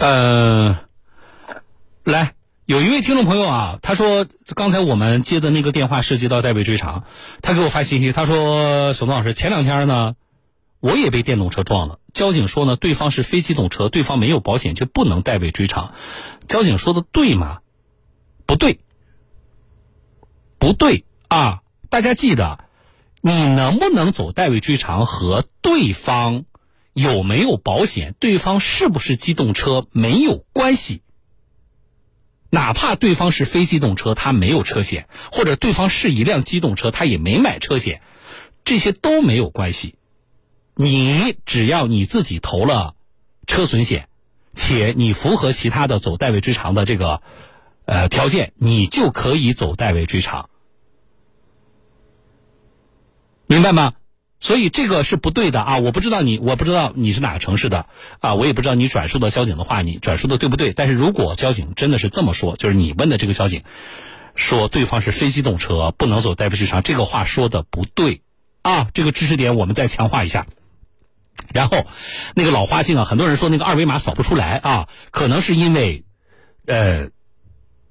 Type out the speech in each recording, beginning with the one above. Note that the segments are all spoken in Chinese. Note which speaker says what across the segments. Speaker 1: 呃，来，有一位听众朋友啊，他说刚才我们接的那个电话涉及到代位追偿，他给我发信息，他说：“沈东老师，前两天呢，我也被电动车撞了。交警说呢，对方是非机动车，对方没有保险就不能代位追偿。交警说的对吗？不对，不对啊！大家记得，啊你能不能走代位追偿和对方有没有保险、对方是不是机动车没有关系。哪怕对方是非机动车，他没有车险，或者对方是一辆机动车，他也没买车险，这些都没有关系。你只要你自己投了车损险，且你符合其他的走代位追偿的这个呃条件，你就可以走代位追偿，明白吗？所以这个是不对的啊！我不知道你，我不知道你是哪个城市的啊，我也不知道你转述的交警的话，你转述的对不对？但是如果交警真的是这么说，就是你问的这个交警说对方是非机动车，不能走代步市场，这个话说的不对啊！这个知识点我们再强化一下。然后，那个老花镜啊，很多人说那个二维码扫不出来啊，可能是因为，呃，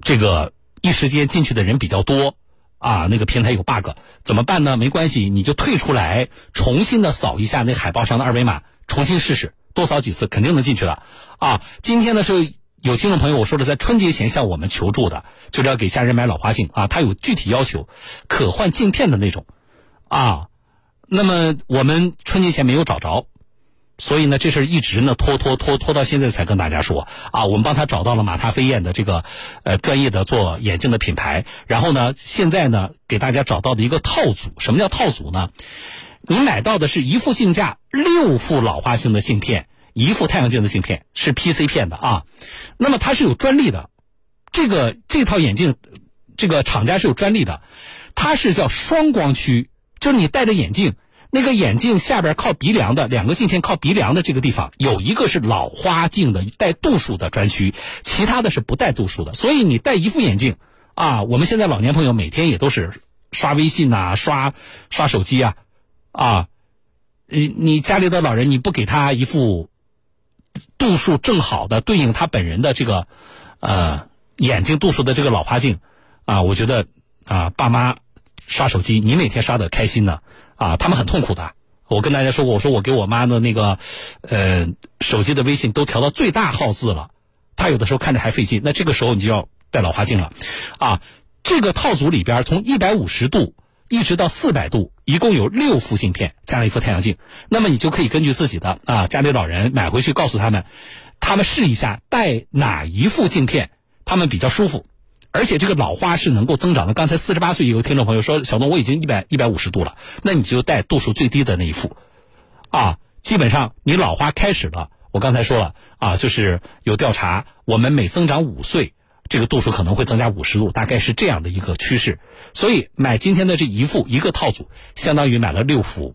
Speaker 1: 这个一时间进去的人比较多啊，那个平台有 bug，怎么办呢？没关系，你就退出来，重新的扫一下那海报上的二维码，重新试试，多扫几次肯定能进去的啊。今天呢是有听众朋友我说了，在春节前向我们求助的，就是要给家人买老花镜啊，他有具体要求，可换镜片的那种啊。那么我们春节前没有找着，所以呢，这事儿一直呢拖拖拖拖到现在才跟大家说啊，我们帮他找到了马踏飞燕的这个呃专业的做眼镜的品牌，然后呢，现在呢给大家找到的一个套组，什么叫套组呢？你买到的是一副镜架六副老花镜的镜片，一副太阳镜的镜片是 PC 片的啊，那么它是有专利的，这个这套眼镜，这个厂家是有专利的，它是叫双光区，就是你戴着眼镜，那个眼镜下边靠鼻梁的两个镜片靠鼻梁的这个地方，有一个是老花镜的带度数的专区，其他的是不带度数的。所以你戴一副眼镜啊，我们现在老年朋友每天也都是刷微信呐、刷刷手机啊，啊，你你家里的老人你不给他一副度数正好的，对应他本人的这个呃眼睛度数的这个老花镜啊，我觉得啊，爸妈刷手机，你每天刷的开心呢啊，他们很痛苦的。我跟大家说过，我说我给我妈的那个呃手机的微信都调到最大号字了，她有的时候看着还费劲，那这个时候你就要戴老花镜了啊。这个套组里边从一百五十度。一直到四百度，一共有六副镜片，加了一副太阳镜。那么你就可以根据自己的啊，家里老人买回去，告诉他们，他们试一下戴哪一副镜片，他们比较舒服。而且这个老花是能够增长的。刚才四十八岁有个听众朋友说：“小东，我已经一百一百五十度了，那你就戴度数最低的那一副。”啊，基本上你老花开始了，我刚才说了啊，就是有调查，我们每增长五岁，这个度数可能会增加五十度，大概是这样的一个趋势。所以买今天的这一副一个套组，相当于买了六副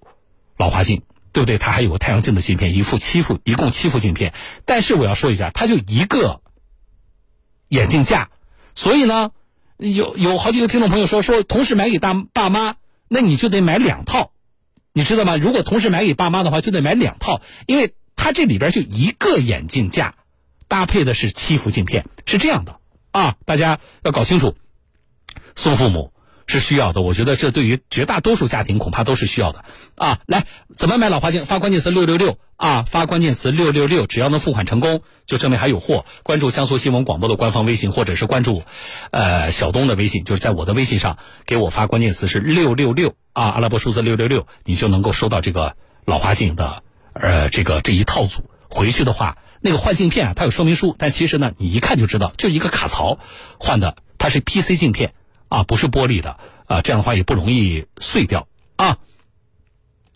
Speaker 1: 老花镜，对不对？它还有个太阳镜的镜片，一副七副，一共七副镜片。但是我要说一下，它就一个眼镜架，所以呢，有有好几个听众朋友说说同时买给大爸妈，那你就得买两套。你知道吗？如果同时买给爸妈的话，就得买两套，因为它这里边就一个眼镜架，搭配的是七副镜片，是这样的啊，大家要搞清楚。送父母是需要的，我觉得这对于绝大多数家庭恐怕都是需要的啊。来，怎么买老花镜？发关键词六六六啊，发关键词六六六，只要能付款成功，就证明还有货。关注江苏新闻广播的官方微信，或者是关注呃小东的微信，就是在我的微信上给我发关键词是六六六啊，阿拉伯数字六六六，你就能够收到这个老花镜的呃这个这一套组。回去的话，那个换镜片啊，它有说明书，但其实呢，你一看就知道，就一个卡槽换的，它是 PC 镜片啊，不是玻璃的啊，这样的话也不容易碎掉啊。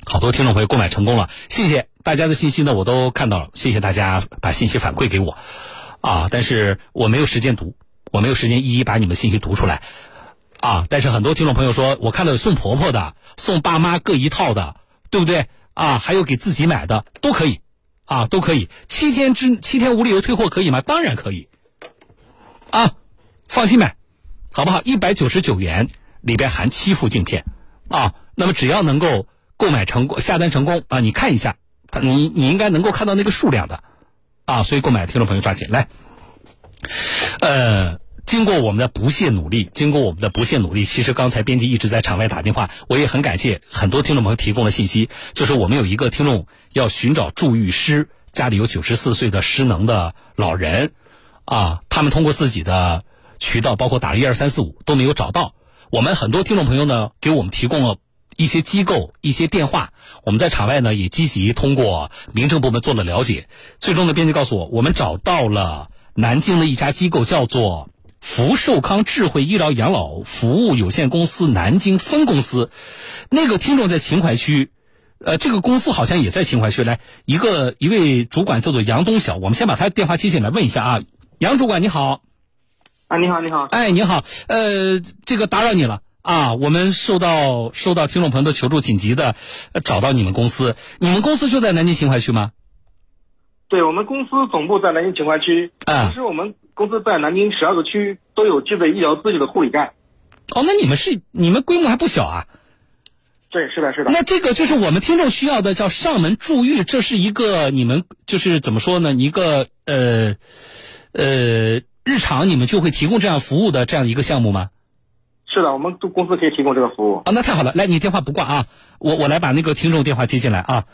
Speaker 1: 好多听众朋友购买成功了，谢谢大家的信息呢，我都看到了，谢谢大家把信息反馈给我啊，但是我没有时间读，我没有时间一一把你们信息读出来啊。但是很多听众朋友说，我看到有送婆婆的、送爸妈各一套的，对不对啊？还有给自己买的都可以啊，都可以。七天之七天无理由退货可以吗？当然可以啊，放心买。好不好？一百九十九元里边含七副镜片啊。那么只要能够购买成功、下单成功啊，你看一下，它你你应该能够看到那个数量的啊，所以购买听众朋友抓紧来。呃，经过我们的不懈努力，经过我们的不懈努力，其实刚才编辑一直在场外打电话，我也很感谢很多听众朋友提供了信息，就是我们有一个听众要寻找助浴师，家里有九十四岁的失能的老人，啊，他们通过自己的渠道，包括打了一二三四五都没有找到。我们很多听众朋友呢，给我们提供了。一些机构、一些电话，我们在场外呢也积极通过民政部门做了了解。最终的编辑告诉我，我们找到了南京的一家机构，叫做福寿康智慧医疗养老服务有限公司南京分公司。那个听众在秦淮区，呃，这个公司好像也在秦淮区。来，一个一位主管叫做杨东晓，我们先把他电话接进来问一下啊。杨主管你好，
Speaker 2: 啊，你好，你好，
Speaker 1: 哎，你好，呃，这个打扰你了。啊，我们受到受到听众朋友的求助，紧急的找到你们公司。你们公司就在南京秦淮区吗？
Speaker 2: 对我们公司总部在南京秦淮区，
Speaker 1: 啊
Speaker 2: 其实我们公司在南京十二个区都有具备医疗资质的护理站。
Speaker 1: 哦，那你们是你们规模还不小啊。
Speaker 2: 对，是的，是的，
Speaker 1: 那这个就是我们听众需要的，叫上门助浴，这是一个你们就是怎么说呢？一个呃呃日常你们就会提供这样服务的这样一个项目吗？
Speaker 2: 是的，我们公司可以提供这个服务。
Speaker 1: 啊，那太好了，来你电话不挂啊，我我来把那个听众电话接进来啊。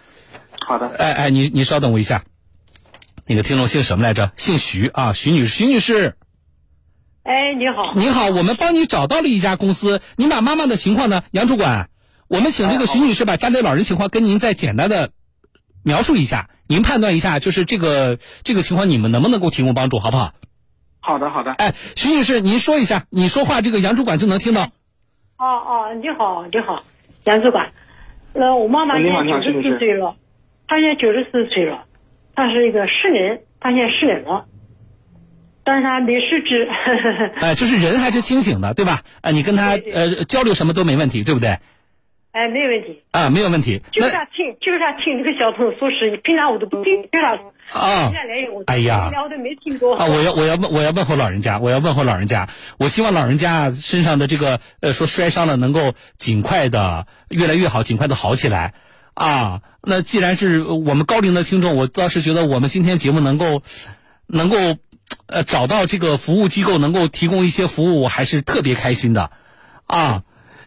Speaker 2: 好的，
Speaker 1: 哎哎，你你稍等我一下，那个听众姓什么来着？姓徐啊，徐女士，徐女士。
Speaker 3: 哎，你好，
Speaker 1: 您好，我们帮你找到了一家公司，您把妈妈的情况呢，杨主管，我们请这个徐女士把家里老人情况跟您再简单的描述一下，您判断一下，就是这个这个情况你们能不能够提供帮助，好不好？
Speaker 2: 好的，好的，
Speaker 1: 哎，徐女士，您说一下，你说话这个杨主管就能听到。
Speaker 3: 哦哦，你好，你好，杨主管，那我妈妈
Speaker 2: 哎
Speaker 3: 现
Speaker 2: 你好
Speaker 3: 在
Speaker 2: 你好
Speaker 3: 九十
Speaker 2: 徐女士
Speaker 3: 四岁了，她现在九十四岁了，她是一个失人，她现在失人了，但是她没失智，
Speaker 1: 哎，就是人还是清醒的，对吧？哎，你跟他
Speaker 3: 对
Speaker 1: 呃交流什么都没问题，对不对？
Speaker 3: 哎，没问题，
Speaker 1: 啊，没有问题。
Speaker 3: 就是
Speaker 1: 那
Speaker 3: 她听，就是她听这个小童说是，平常我都不听，平常
Speaker 1: 啊
Speaker 3: 现在来我，
Speaker 1: 哎呀
Speaker 3: 原来我都没听过，
Speaker 1: 啊，我要我要问我要问候老人家，我要问候老人家，我希望老人家身上的这个呃说摔伤了能够尽快的越来越好，尽快的好起来啊。那既然是呃我们高龄的听众，我倒是觉得我们今天节目能够能够呃找到这个服务机构能够提供一些服务，我还是特别开心的啊。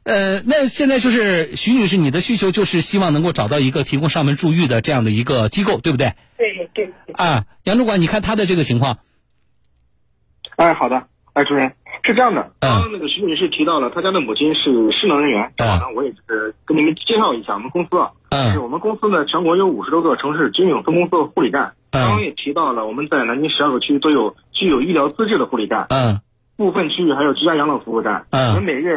Speaker 1: 呃，那现在就是徐女士，你的需求就是希望能够找到一个提供上门助浴的这样的一个机构，对不对？
Speaker 3: 对对对，
Speaker 1: 啊，杨主管，你看她的这个情况，
Speaker 2: 哎，好的，哎，主任是这样的，
Speaker 1: 嗯
Speaker 2: 刚刚那个徐女士提到了，她家的母亲是失能人员，
Speaker 1: 嗯
Speaker 2: 正好呢，我也是跟你们介绍一下我们公司啊，就是
Speaker 1: 嗯
Speaker 2: 我们公司呢，全国有五十多个城市均有分公司的护理站。
Speaker 1: 嗯
Speaker 2: 刚刚也提到了，我们在南京十二个区都有具有医疗资质的护理站，
Speaker 1: 嗯。
Speaker 2: 部分区域还有居家养老服务站。
Speaker 1: 嗯
Speaker 2: 我们每月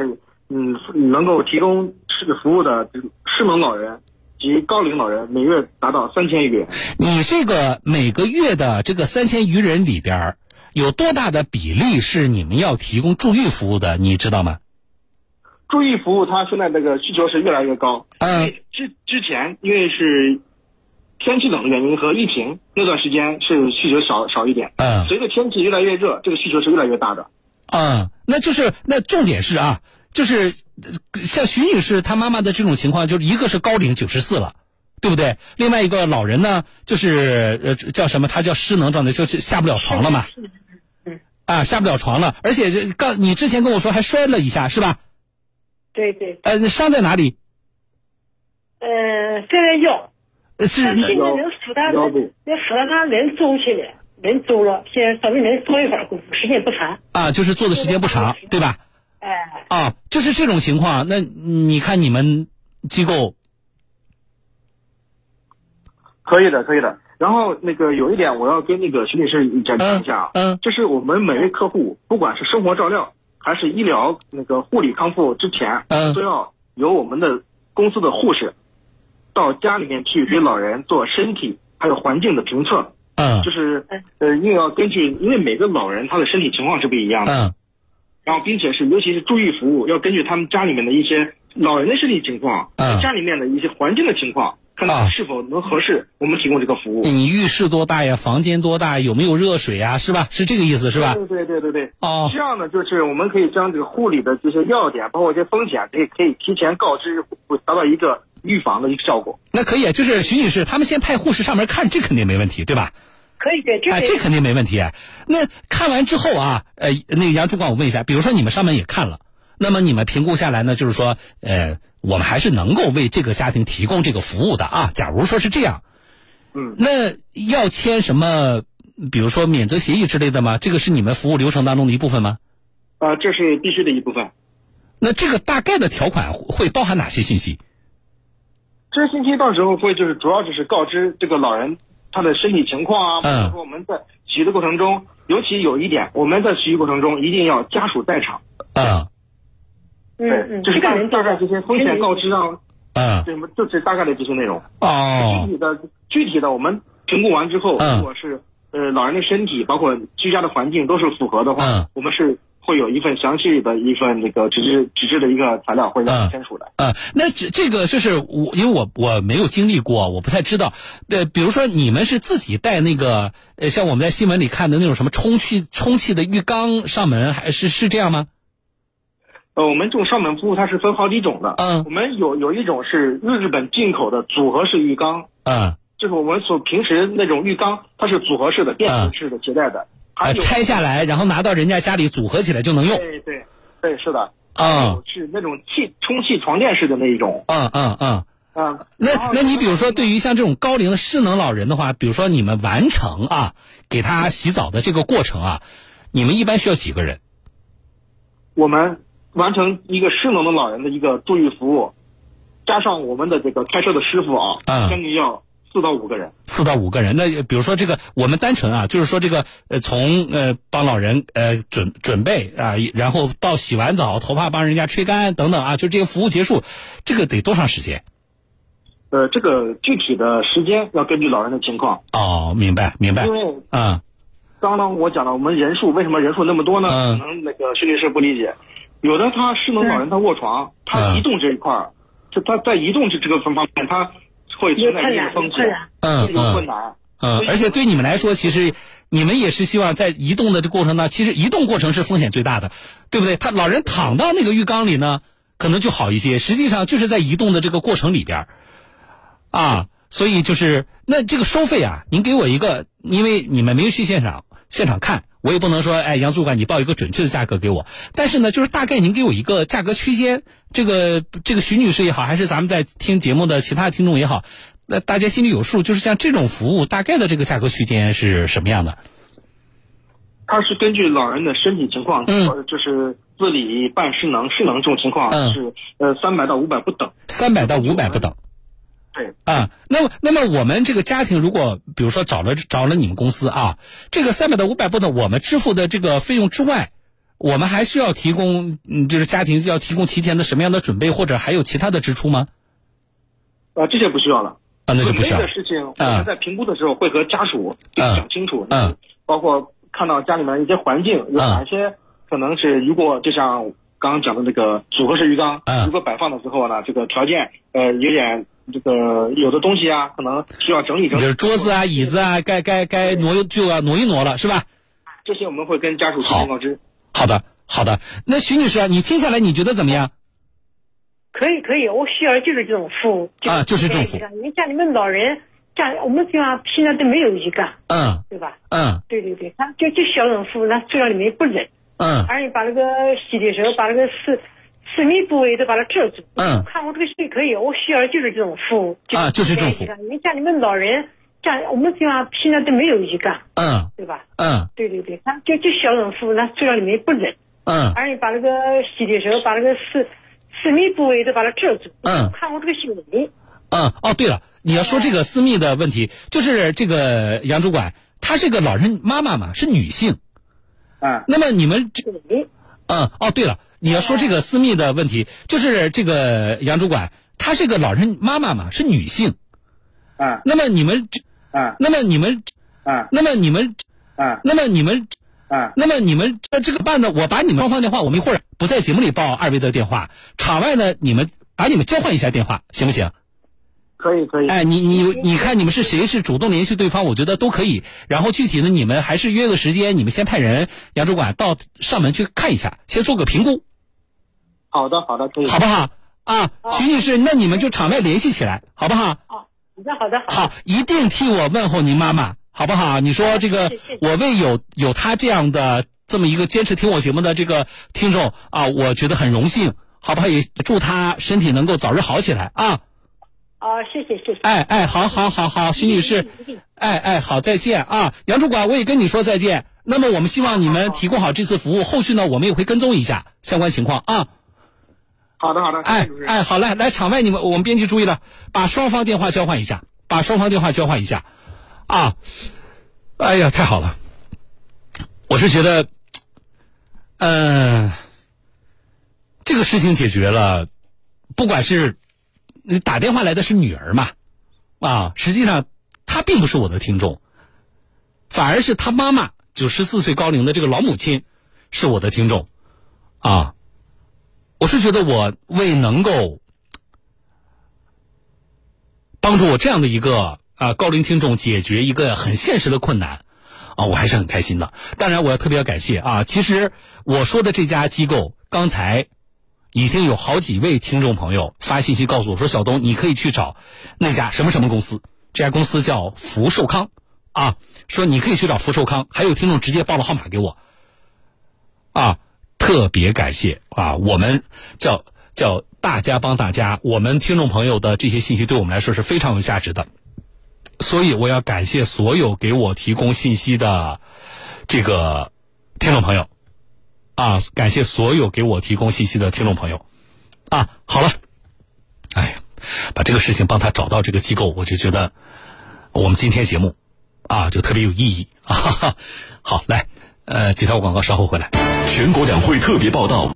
Speaker 2: 嗯能够提供是服务的失能老人及高龄老人，每月达到三千余人。
Speaker 1: 你这个每个月的这个三千余人里边儿，有多大的比例是你们要提供助浴服务的？你知道吗？
Speaker 2: 注意服务，它现在这个需求是越来越高。
Speaker 1: 嗯
Speaker 2: 之之前因为是天气冷的原因和疫情那段时间是需求少少一点，
Speaker 1: 嗯
Speaker 2: 随着天气越来越热，这个需求是越来越大的。
Speaker 1: 嗯，那就是那重点是啊，就是呃像徐女士她妈妈的这种情况，就是一个是高龄九十四了。对不对？另外一个老人呢，就是呃叫什么？他叫失能状态，就是下不了床了嘛，啊，下不了床了。而且这刚你之前跟我说还摔了一下，是吧？
Speaker 3: 对对，
Speaker 1: 呃，伤在哪里？
Speaker 3: 呃，现在要。
Speaker 1: 呃是
Speaker 3: 但
Speaker 1: 那
Speaker 3: 现在能负担，能能负担他能走起来，能走了，现在稍微能做一会儿功夫，时间不长。
Speaker 1: 啊，就是做的时间不长，对吧？
Speaker 3: 哎，
Speaker 1: 啊，就是这种情况。那你看你们机构，
Speaker 2: 可以的，可以的。然后那个有一点，我要跟那个徐女士讲
Speaker 1: 嗯
Speaker 2: 一下啊，
Speaker 1: 嗯
Speaker 2: 就是我们每位客户，不管是生活照料还是医疗那个护理康复之前，
Speaker 1: 嗯
Speaker 2: 都要由我们的公司的护士到家里面去给老人做身体还有环境的评测，
Speaker 1: 嗯
Speaker 2: 就是
Speaker 3: 嗯
Speaker 2: 呃，又要根据因为每个老人他的身体情况是不一样的，
Speaker 1: 嗯
Speaker 2: 然后并且是尤其是注意服务，要根据他们家里面的一些老人的身体情况，
Speaker 1: 嗯
Speaker 2: 家里面的一些环境的情况，看他
Speaker 1: 啊嗯
Speaker 2: 是否能合适，我们提供这个服务。
Speaker 1: 你浴室多大呀？房间多大？有没有热水啊呀？是吧？是这个意思是吧？
Speaker 2: 对对对对对。
Speaker 1: 哦
Speaker 2: 这样呢，就是我们可以将这个护理的这些要点，包括一些风险，可以可以提前告知，会达到一个预防的一个效果。
Speaker 1: 那可以，就是徐女士，他们先派护士上门看，这肯定没问题，对吧？
Speaker 3: 可以对，这
Speaker 1: 哎，
Speaker 3: 个
Speaker 1: 这肯定没问题。那看完之后啊，呃，那个杨主管，我问一下，比如说你们上面也看了，那么你们评估下来呢，就是说，呃，我们还是能够为这个家庭提供这个服务的啊。假如说是这样，
Speaker 2: 嗯，
Speaker 1: 那要签什么，比如说免责协议之类的吗？这个是你们服务流程当中的一部分吗？
Speaker 2: 啊、这是必须的一部分。
Speaker 1: 那这个大概的条款会包含哪些信息？
Speaker 2: 这信息到时候会就是主要就是告知这个老人他的身体情况啊，
Speaker 1: 嗯
Speaker 2: 包括我们在洗浴的过程中，尤其有一点，我们在洗浴过程中一定要家属在场，
Speaker 1: 嗯
Speaker 3: 嗯嗯，
Speaker 2: 就是
Speaker 3: 这
Speaker 2: 大
Speaker 3: 个人
Speaker 2: 大概这些风险告知啊，
Speaker 1: 嗯
Speaker 2: 对什么，就是大概的这些内容。具
Speaker 1: 哦
Speaker 2: 体的具体的我们评估完之后，
Speaker 1: 嗯
Speaker 2: 如果是呃老人的身体包括居家的环境都是符合的话，
Speaker 1: 嗯
Speaker 2: 我们是会有一份详细的一份那个纸质纸质的一个材料会让
Speaker 1: 嗯
Speaker 2: 你签署的。
Speaker 1: 嗯，那这这个就是我，因为我我没有经历过，我不太知道。呃，比如说你们是自己带那个呃，像我们在新闻里看的那种什么充气充气的浴缸上门，还是是这样吗？
Speaker 2: 呃，我们这种上门服务它是分好几种的。
Speaker 1: 嗯
Speaker 2: 我们有有一种是日本进口的组合式浴缸，
Speaker 1: 嗯，
Speaker 2: 就是我们所平时那种浴缸，它是组合式的、便携式的、携带的。还
Speaker 1: 呃，
Speaker 2: 有，
Speaker 1: 嗯拆下来然后拿到人家家里组合起来就能用。
Speaker 2: 对对对，是的。还
Speaker 1: 嗯
Speaker 2: 有是那种气充气床垫式的那一种。
Speaker 1: 嗯嗯嗯。
Speaker 2: 啊，然
Speaker 1: 那
Speaker 2: 后
Speaker 1: 那你比如说，对于像这种高龄的失能老人的话，比如说你们完成啊，给他洗澡的这个过程啊，你们一般需要几个人？
Speaker 2: 我们完成一个失能的老人的一个助浴服务，加上我们的这个开车的师傅啊，
Speaker 1: 嗯
Speaker 2: 将近要四到五个人。
Speaker 1: 四到五个人。那比如说这个，我们单纯啊，就是说这个呃，从呃帮老人呃准准备啊、然后到洗完澡、头发帮人家吹干等等啊，就这个服务结束，这个得多长时间？
Speaker 2: 呃，这个具体的时间要根据老人的情况，
Speaker 1: 哦，明白明白
Speaker 2: 因，为
Speaker 1: 嗯
Speaker 2: 刚刚我讲了，我们人数为什么人数那么多呢？
Speaker 1: 嗯
Speaker 2: 可能那个训律师不理解，有的他失能老人他卧
Speaker 1: 嗯
Speaker 2: 床，他移动这一块儿，就他在移动这这个方面，他会
Speaker 3: 有
Speaker 2: 存在一定的
Speaker 3: 困难有
Speaker 2: 风
Speaker 3: 困
Speaker 2: 险，
Speaker 3: 难，
Speaker 1: 嗯
Speaker 2: 这个
Speaker 1: 嗯
Speaker 2: 困难。
Speaker 1: 嗯，而且对你们来说，其实你们也是希望在移动的这过程当中，其实移动过程是风险最大的，对不对？他老人躺到那个浴缸里呢，可能就好一些，实际上就是在移动的这个过程里边儿。啊，所以就是那这个收费啊，您给我一个，因为你们没有去现场现场看，我也不能说，哎，杨主管你报一个准确的价格给我，但是呢，就是大概您给我一个价格区间，这个这个徐女士也好，还是咱们在听节目的其他听众也好，那大家心里有数，就是像这种服务大概的这个价格区间是什么样的？
Speaker 2: 他是根据老人的身体情况，
Speaker 1: 嗯
Speaker 2: 呃就是自理、半失能、失能这种情况、
Speaker 1: 嗯
Speaker 2: 是呃三百到五百不等。
Speaker 1: 三百到五百不等。
Speaker 2: 对，
Speaker 1: 啊，那么那么我们这个家庭如果比如说找了找了你们公司啊，这个三百到五百不等，我们支付的这个费用之外，我们还需要提供，嗯，就是家庭要提供提前的什么样的准备，或者还有其他的支出吗？
Speaker 2: 呃，这些不需要了。
Speaker 1: 啊，那就不需要
Speaker 2: 准备的。事情，我们在评估的时候会和家属讲清楚，
Speaker 1: 嗯，
Speaker 2: 包括看到家里面一些环境有哪些可能是，如果就像刚刚讲的那个组合式浴缸，
Speaker 1: 嗯
Speaker 2: 如果摆放的时候呢，这个条件呃有点这个有的东西啊，可能需要整理整
Speaker 1: 就
Speaker 2: 理
Speaker 1: 是，桌子啊、椅子啊，该该该挪就要挪一挪了，是吧？
Speaker 2: 这些我们会跟家属提
Speaker 1: 好
Speaker 2: 前告知。
Speaker 1: 好的，好的。那徐女士啊，你听下来你觉得怎么样？
Speaker 3: 可以可以，我需要就是这种服务
Speaker 1: 啊就是这种服务
Speaker 3: 服务。你像你们老人家，我们地方现在都没有浴缸，
Speaker 1: 嗯
Speaker 3: 对吧？
Speaker 1: 嗯
Speaker 3: 对对对，他就就需要这种服务，那最让你们不忍，
Speaker 1: 嗯
Speaker 3: 而且把那个洗的时候把那个私私密部位都把它遮住。
Speaker 1: 嗯
Speaker 3: 看我这个戏可以，我需要就是这种服务。
Speaker 1: 啊就是这种服务
Speaker 3: 务。你像你们老人家，我们地方现在都没有浴缸，
Speaker 1: 嗯
Speaker 3: 对吧？
Speaker 1: 嗯
Speaker 3: 对对对，他就就需要这种服务，那最让你们不忍，
Speaker 1: 嗯
Speaker 3: 而且把那个洗的时候把那个私私密部位都把它遮住。
Speaker 1: 嗯
Speaker 3: 看我这个戏里。
Speaker 1: 嗯，哦，对了，你要说这个私密的问题，就是这个杨主管，她是个老人妈妈嘛，是女性。
Speaker 2: 嗯，
Speaker 1: 那么你们这，
Speaker 3: 对，
Speaker 1: 嗯，哦，对了，你要说这个私密的问题，就是这个杨主管，她是个老人妈妈嘛，是女性。
Speaker 2: 嗯
Speaker 1: 那么你们这，
Speaker 2: 嗯
Speaker 1: 那么你们这，
Speaker 2: 嗯
Speaker 1: 那么你们这，
Speaker 2: 嗯
Speaker 1: 那么你们这，
Speaker 2: 嗯，
Speaker 1: 那么你们这这个办呢，我把你们双方电话，我们一会儿不在节目里报二位的电话，场外呢，你们把你们交换一下电话，行不行？
Speaker 2: 可以可以。
Speaker 1: 哎，你你你看你们是谁是主动联系对方，我觉得都可以。然后具体的你们还是约个时间，你们先派人杨主管到上门去看一下，先做个评估，
Speaker 2: 好的好的，可以。
Speaker 1: 好不好？啊，徐女士，那你们就场外联系起来，好不好？
Speaker 3: 哦，好的好的好的。
Speaker 1: 好，一定替我问候您妈妈，好不好？你说这个
Speaker 3: 是是，
Speaker 1: 我为有有他这样的这么一个坚持听我节目的这个听众啊，我觉得很荣幸，好不好？也祝他身体能够早日好起来啊！
Speaker 3: 啊，谢谢谢谢。
Speaker 1: 哎哎，好好好好，徐女士
Speaker 3: 一定一定，
Speaker 1: 哎哎，好，再见啊！杨主管，我也跟你说再见。那么我们希望你们提供好这次服务，后续呢，我们也会跟踪一下相关情况啊。
Speaker 2: 好的好的，谢谢
Speaker 1: 哎
Speaker 2: 主持人。
Speaker 1: 哎，好嘞，来场外你们我们编辑注意了，把双方电话交换一下，把双方电话交换一下，啊，哎呀，太好了，我是觉得，嗯、这个事情解决了，不管是你打电话来的是女儿嘛，啊，实际上她并不是我的听众，反而是她妈妈九十四岁高龄的这个老母亲是我的听众，啊。我是觉得我为能够帮助我这样的一个啊、高龄听众解决一个很现实的困难啊，我还是很开心的。当然，我要特别要感谢啊，其实我说的这家机构刚才。已经有好几位听众朋友发信息告诉我说：“小东，你可以去找那家什么什么公司，这家公司叫福寿康啊，说你可以去找福寿康。”还有听众直接报了号码给我，啊，特别感谢啊，我们叫叫大家帮大家，我们听众朋友的这些信息对我们来说是非常有价值的，所以我要感谢所有给我提供信息的这个听众朋友，啊，感谢所有给我提供信息的听众朋友，啊，好了，哎呀，把这个事情帮他找到这个机构，我就觉得我们今天节目啊就特别有意义啊，哈哈好，来，呃，几条广告稍后回来。
Speaker 4: 全国两会特别报道。